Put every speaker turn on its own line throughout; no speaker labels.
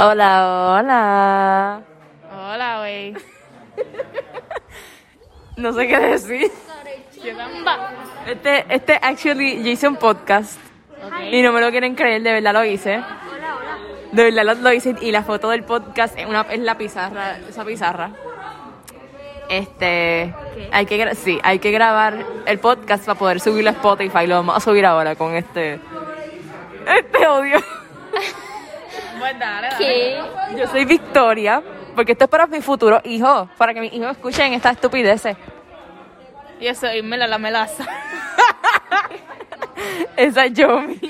Hola, hola.
Hola, güey.
No sé qué decir.
Yo tampoco.
Este, este actually, yo hice un podcast.
Ok.
Y no me lo quieren creer, de verdad lo hice. De verdad lo, lo hice. Y la foto del podcast es, una, es la pizarra, esa pizarra. Este. Hay que, gra- sí, hay que grabar el podcast para poder subirlo a Spotify. Lo vamos a subir ahora con este. Este odio.
Pues dale, dale.
¿Qué?
Yo soy Victoria, porque esto es para mi futuro hijo, para que mis hijos escuchen estas estupideces.
Yo soy Mela la melaza.
Esa es Yomi.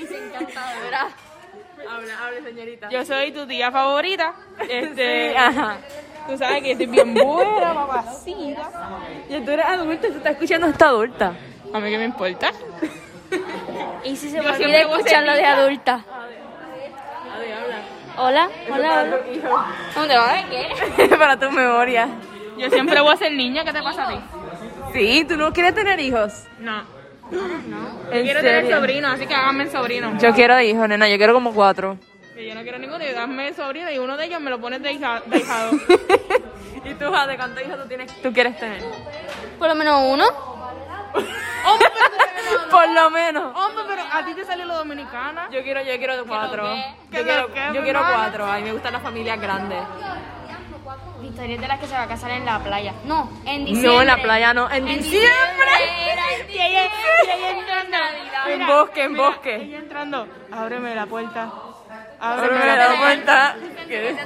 Yo soy tu tía favorita. Este,
Sí, ajá.
tú sabes que estoy bien buena, papacita.
Y tú eres adulta, tú estás escuchando esta adulta.
A mí qué me importa.
¿Y si se
Yo
me olvida
siempre voy a ser
escucharlo de
niña.
adulta? Hola, hola, hola. ¿Dónde va? ¿Qué?
para tu memoria.
Yo siempre voy a ser niña. ¿Qué te pasa a ti?
Sí, tú no quieres tener hijos.
No.
¿En
Quiero
serio?
tener sobrino, así que háganme el sobrino.
Yo quiero hijos, nena, yo quiero como cuatro.
Que yo no quiero ninguno. Y dame el sobrino y uno de ellos me lo pones de, hija, de hijado.
¿Y tú, Jade, cuántos hijos tú, tienes, tú quieres tener?
Por lo menos uno.
Hombre, pero,
Por lo menos.
hombre, pero a ti te salió lo dominicana.
Yo quiero, yo quiero cuatro.
qué?
Yo
¿Que
quiero,
lo qué,
yo quiero
hermana?
cuatro. A mí me gustan las familias grandes.
Victoria es de las que se va a casar en la playa. No, en diciembre.
No, en la playa no. En diciembre.
Era en
Y ella, y ella
diciembre.
entrando.
En
Mira,
bosque, en
mira,
bosque.
Ella entrando. Ábreme la puerta.
Ahora me he dado cuenta que,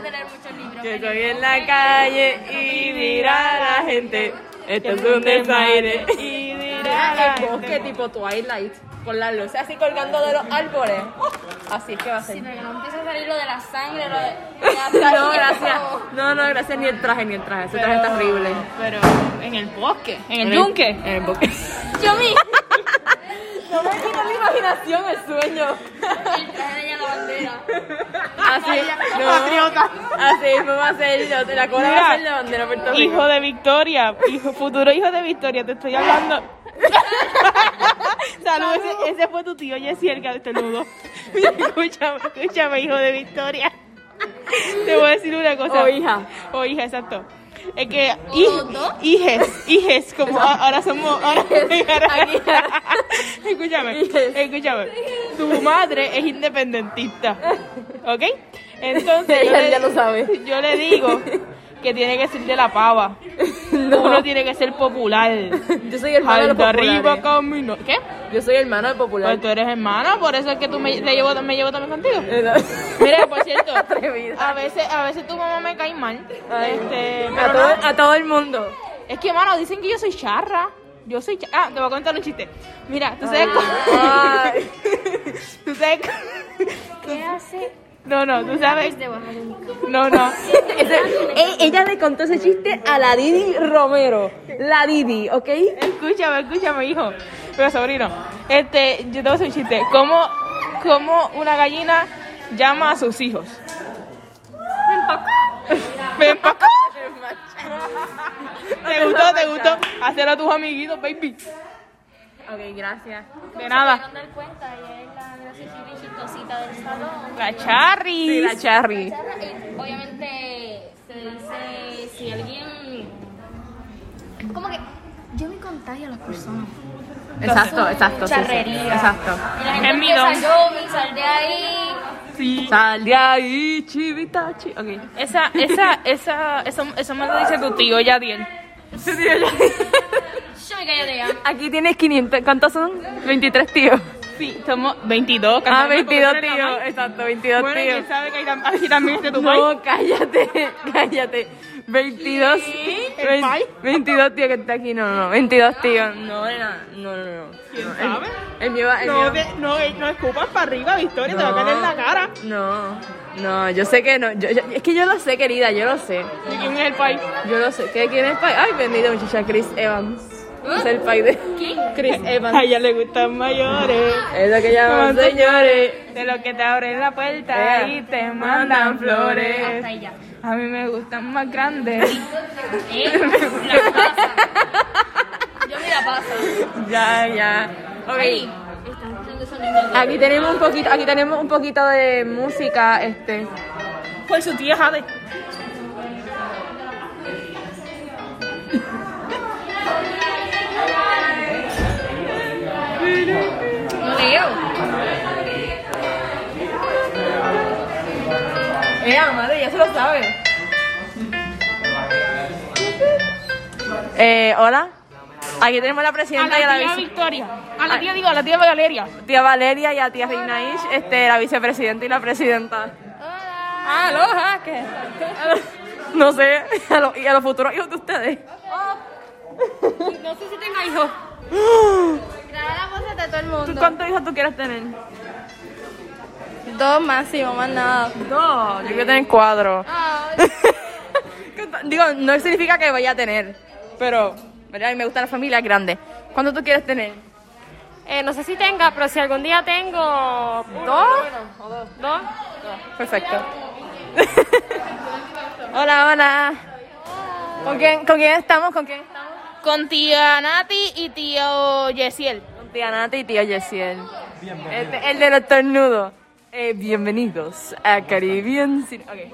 que estoy en la calle y mira a la gente. Esto es un desaire.
Y
Mira
dirá
el bosque tipo Twilight, con las luces así colgando de los árboles. Oh, Así es que va a
Sí,
ser.
pero que no empieza a salir lo de la sangre, lo de...
No, gracias. No, no, gracias. Ni el traje, ni el traje. Ese traje está horrible.
Pero en el bosque, en
En
el yunque.
En el bosque.
Yo mi.
No me quita la imaginación, el sueño.
El traje de ella la bandera.
Así, no.
Patriota.
Así mismo va a ser. yo- La cola va a ser la bandera de Puerto Rico.
Hijo de Victoria, hijo, futuro hijo de Victoria, te estoy hablando. Salud, ese, ese fue tu tío Jessy el nudo. escúchame, escúchame, hijo de Victoria. Te voy a decir una cosa.
O hija.
O hija, exacto. Es que
O
hij-
los dos.
hijes, hijes, como a- ahora somos. Ahora,
Aquí.
escúchame,
Hijes.
escúchame. Tu madre es independentista. ¿Ok? Entonces. yo
Ella
le-
ya lo sabe.
yo le digo que tiene que ser de la pava. Uno
No.
tiene que ser popular.
Yo soy hermano de los
Alto arriba
populares.
camino. ¿Qué?
Yo soy hermano de
Pues
popular.
tú eres hermana, por eso es que tú me, le llevo, me llevo también contigo.
Mira,
Mira, por cierto,
Atrevida.
a veces, a veces tu mamá me cae mal.
Ay.
Este,
a,
pero
todo,
no.
a todo el mundo.
Es que, mano, dicen que yo soy charra. Yo soy cha- Ah, te voy a contar un chiste. Mira, tú sabes. cómo-
Ay.
Tú sabes. cómo-
¿Qué hace?
No, no, tú sabes.
Es de Oaxaca.
No, no.
Ese- e- ella le contó ese chiste a la Didi Romero. La Didi, ¿ok?
Escúchame, escúchame, hijo. Pero sobrino, este, yo te voy a hacer un chiste. ¿Cómo, cómo una gallina llama a sus hijos? Ven pa' acá. ¿Te gustó? ¿Te gustó? Hacer a tus amiguitos, baby.
Ok, gracias.
De nada.
dar cuenta, ella es la graciosita y chistosita del salón.
La charri.
Sí, la Charry.
Y obviamente se dice si alguien. Como que yo me contagio a las personas.
Exacto, exacto. sí, sí,
Charrería.
Exacto.
Y la gente
Es mi
empieza,
don.
yo me sal de ahí.
Sí.
Sal de ahí, chivita, chi. Ok.
Esa, esa, esa, eso, eso me lo dice tu tío, Yadiel.
Yo me callo de ella.
Aquí tienes 500. ¿Cuántos son? 23 tíos.
Sí, somos 22.
Ah,
cantando,
22
porque tú eres la
tíos.
más.
Exacto, 22
Bueno, y
tíos.
él sabe que ahí tam- aquí también está tu país.
No, cállate, cállate. 22.
¿El
vein-
pai?
22 tío que está aquí, no, no, 22 tío. No, nena, no, no, no.
¿Quién
No, el-
sabe?
El mío va, el mío.
No, te- no, eh, no escupas para arriba, Victoria, te va a caer en la cara.
No, no, yo sé que no. yo- yo- es que yo lo sé, querida, yo lo sé.
¿Y quién es el país?
Yo lo sé. ¿Qué, ¿Quién es el pai? Ay, bendito muchacha, Chris Evans. Es el pai de Chris
A
Evans.
ella le gustan mayores.
Es lo que llaman señores.
De los que te abren la puerta
Ea.
y te mandan flores.
Hasta ahí ya.
A mí me gustan más grandes.
¿Eh? La pasa. Yo me la paso.
Ya, ya. Ok.
Están escuchando esos niños.
Aquí tenemos un poquito, aquí tenemos un poquito de música, este.
por su tía Jade.
No veo.
Ella, madre, ya se lo sabe.
Eh, hola. Aquí tenemos a la presidenta
A
y a
la
la
tía
vice.
Victoria. A la tía, digo, a la tía Valeria.
Tía Valeria y a tía Reina Ish, este, la vicepresidenta y la presidenta.
Hola.
Ah.
Aloha, ¿qué?
No sé, a lo- y a los futuros hijos de ustedes.
Oh.
No sé si tenga hijos.
Graba la voz de todo el
¿Tú
mundo.
¿Cuántos hijos tú quieres tener?
Dos máximo, más nada.
Dos. Yo quiero tener cuatro.
Ay,
Digo, no significa que vaya a tener, pero, ¿verdad? A mí me gustan las familias grandes. ¿Cuántos tú quieres tener?
Eh, no sé si tenga, pero si algún día tengo
¿Dos?
dos,
Perfecto. hola, hola. ¿Con quién, ¿Con quién estamos? ¿Con quién estamos?
Con tía Nati y tío Yesiel.
Con tía Nati y tío Yesiel. Este, el de los tornudos. Eh, bienvenidos a Caribbean Cine. Okay.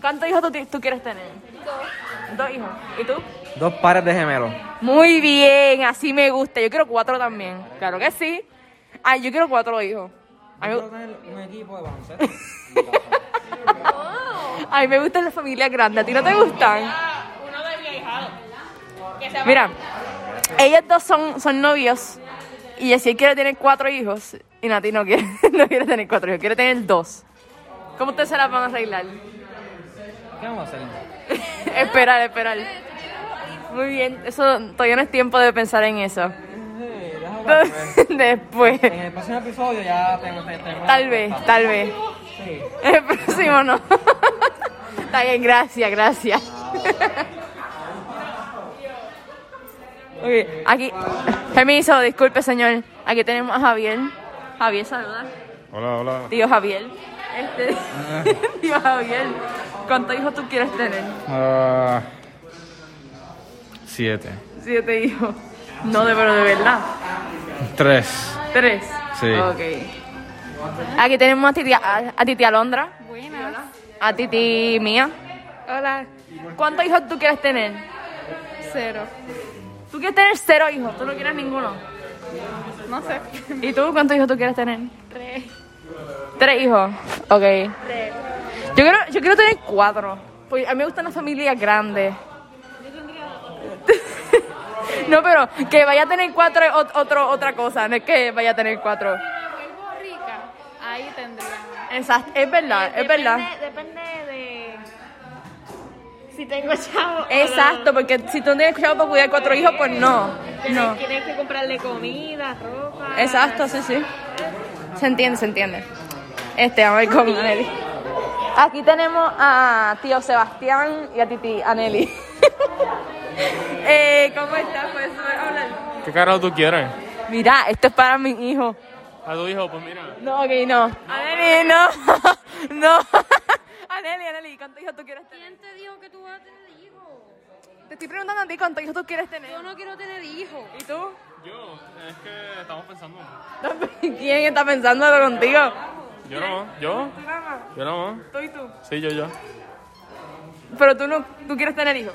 ¿Cuántos hijos tú, ti- tú quieres tener? Dos. Dos hijos. ¿Y tú?
Dos pares de gemelos.
Muy bien, así me gusta. Yo quiero cuatro también. Claro que sí. Ah, yo quiero cuatro hijos. A mí,
Yo tener un equipo de baloncesto.
a mí me gustan las familias grandes. ¿A ti no te gustan?
Uno de mi ahijado. Que se llama-
Mira, ellos dos son, son novios y Yesiel quiere tener cuatro hijos y Nati no quiere, no quiere tener cuatro hijos, quiere tener dos. ¿Cómo ustedes se las van a arreglar?
¿Qué vamos a hacer?
esperar, esperar. Muy bien, eso todavía no es tiempo de pensar en eso.
Eh, déjalo para después.
Después,
En el próximo episodio ya tengo. este te- tenemos la
tal vez,
respuesta.
tal vez.
Sí.
El próximo no. Está bien, gracias, gracias. Ok, aquí, permiso, disculpe señor. Aquí tenemos a Javier. Javier, saluda.
Hola, hola.
Tío Javier. Este, tío Javier, ¿cuántos hijos tú quieres tener?
Ah, siete.
Siete hijos. No, de, pero de verdad.
Tres.
Tres.
Sí.
Ok. Aquí tenemos a Titi, a, a Titi Alondra,
Buenas.
a Titi Mía.
Hola.
¿Cuántos hijos tú quieres tener?
Cero.
Tú quieres tener cero hijos, tú no quieres ninguno.
No sé.
¿Y tú cuántos hijos tú quieres tener? Tres. ¿Tres hijos? Ok. Yo quiero, yo quiero tener cuatro. Porque a mí me gustan las familias grandes. no, pero que vaya a tener cuatro es ot- otro, otra cosa. No es que vaya a tener cuatro.
rica, ahí tendría.
Exacto. Es verdad, es verdad.
Depende de si tengo chavo. o no.
Exacto, porque si tú no tienes chavo para cuidar cuatro hijos, pues no. No.
Tienes que comprarle comida, ropa.
Exacto, sí, sí. Se entiende, se entiende. Este, vamos a ver con Aneli. Aquí tenemos a tío Sebastián y a Titi Aneli. eh, ¿Cómo estás? ¿Puedes hablar?
¿Qué carajo tú quieres?
Mira, esto es para mi hijo.
A tu hijo, pues mira.
No, ok, no. Aneli, no. no. Aneli, Aneli, ¿cuántos hijos tú quieres tener?
¿Quién te dijo que tú vas a tener hijos?
Te estoy preguntando a ti cuántos hijos tú quieres tener.
Yo no quiero tener hijos.
¿Y tú?
Yo, es que estamos pensando.
¿Quién está pensándolo contigo?
Yo no, yo, yo no.
Tú y tú.
Sí, yo, yo.
Pero tú no, tú quieres tener hijos.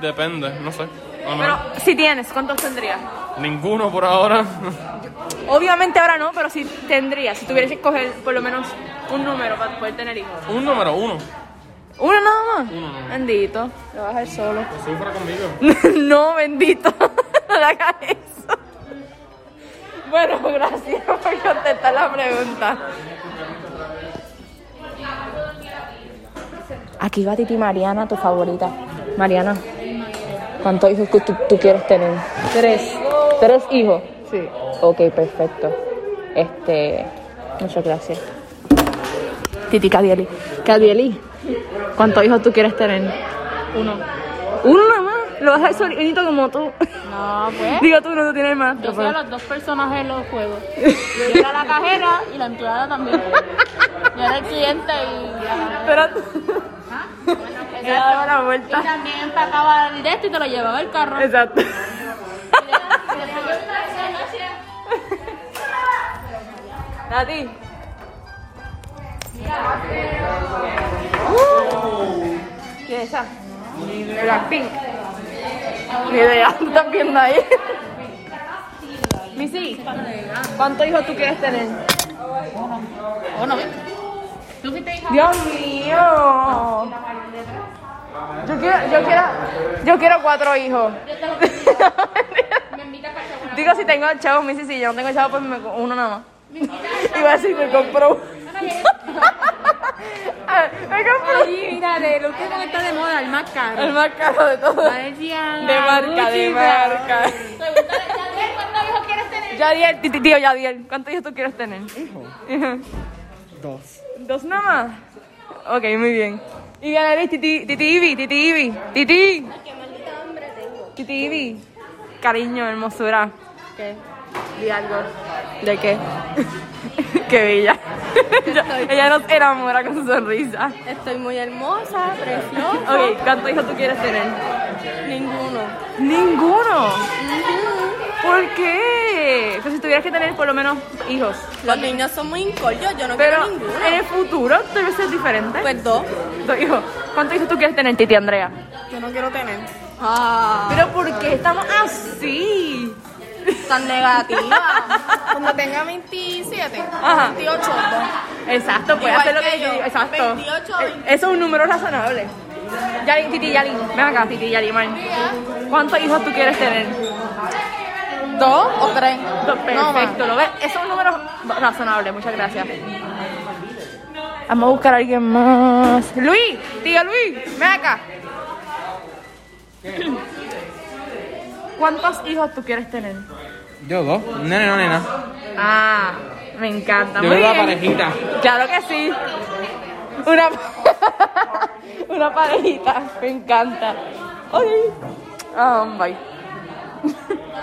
Depende, no sé. A lo
Pero
mejor
si tienes, ¿cuántos tendrías?
Ninguno por ahora.
Obviamente ahora no, pero si tendrías, si tuvieras que escoger por lo menos un número para poder tener hijos.
Un número uno.
¿Uno nada más?
Uno nada más.
Bendito. Lo vas a hacer solo.
Sufra conmigo.
no, bendito. No le hagas eso. Bueno, gracias por contestar la pregunta. Aquí va Titi Mariana, tu favorita. Mariana, ¿cuántos hijos que tú, tú quieres tener? Tres. ¿Tres hijos? Sí. Ok, perfecto. Este, muchas gracias. Titi Cadieli. Cadieli, ¿cuántos hijos tú quieres tener? Uno. ¿Uno nada más? Lo vas a hacer solito como tú.
No, pues.
Digo tú, no tú tienes más.
Yo soy a los dos personajes de los juegos. Yo era la cajera y la empleada también. Yo era el cliente y la
Pero...
Esa
Ya daba la vuelta.
Y también empacaba el de esto y te lo llevaba el carro.
Exacto. Nati.
Uh.
esa? De Blackpink. Ni idea, tú estás viendo ahí. Missy, ¿cuántos hijos tú quieres tener?
Oh, no, ¿ves? ¿Tú fuiste hija?
Dios mío. Yo quiero, yo quiero, yo quiero cuatro hijos. Digo, si tengo chavos, me dice, si yo no tengo chavos, pues me, co- uno nada más. Iba a decir, me compro uno. me compro
Sí, mira, de lo que está de moda, el más caro.
el más caro de todos. De marca, de marca.
¿Cuántos hijos quieres tener?
Yadiel, ti- ti- tío Yadiel, ¿cuántos hijos tú quieres tener?
Dos.
¿Dos nada más? Ok, muy bien. Y ganaréis Titi Titi Ibi, Titi Ibi, Titi. Titi Ibi. Cariño, hermosura. ¿Qué? Di algo. ¿De qué? qué bella. Ella nos enamora con su sonrisa.
Estoy muy hermosa, preciosa.
Ok, ¿cuántos hijos tú quieres tener?
Ninguno.
Ninguno. ¿Por qué? Pues si tuvieras que tener por lo menos hijos.
Los niños son muy incollos, yo no
Pero
quiero ninguno.
en el futuro debe ser diferente.
Pues dos.
Dos hijos. ¿Cuántos hijos tú quieres tener, Titi Andrea?
Yo no quiero tener. Ah,
Pero ¿por qué estamos así?
tan negativa. Cuando tenga 27,
Ajá.
28, dos.
Exacto, puedes
Igual
hacer lo
que
que
yo,
yo. Exacto.
28,
Eh, Eso es un número razonable. Yali, Titi Yali, ven acá, Titi Yali, man. ¿Cuántos hijos tú quieres tener?
¿Dos o tres?
Dos,
No, ma.
Perfecto, ¿lo ves? Eso es un número razonable, muchas gracias. Vamos a buscar a alguien más. Luis, tío Luis, ven acá. ¿Cuántos hijos tú quieres tener?
Yo dos. Nene, no, nena.
Ah, me encanta.
Yo
Muy
veo la
bien.
parejita.
Claro que sí. Una, una parejita. Me encanta. Ay. Ah, bye.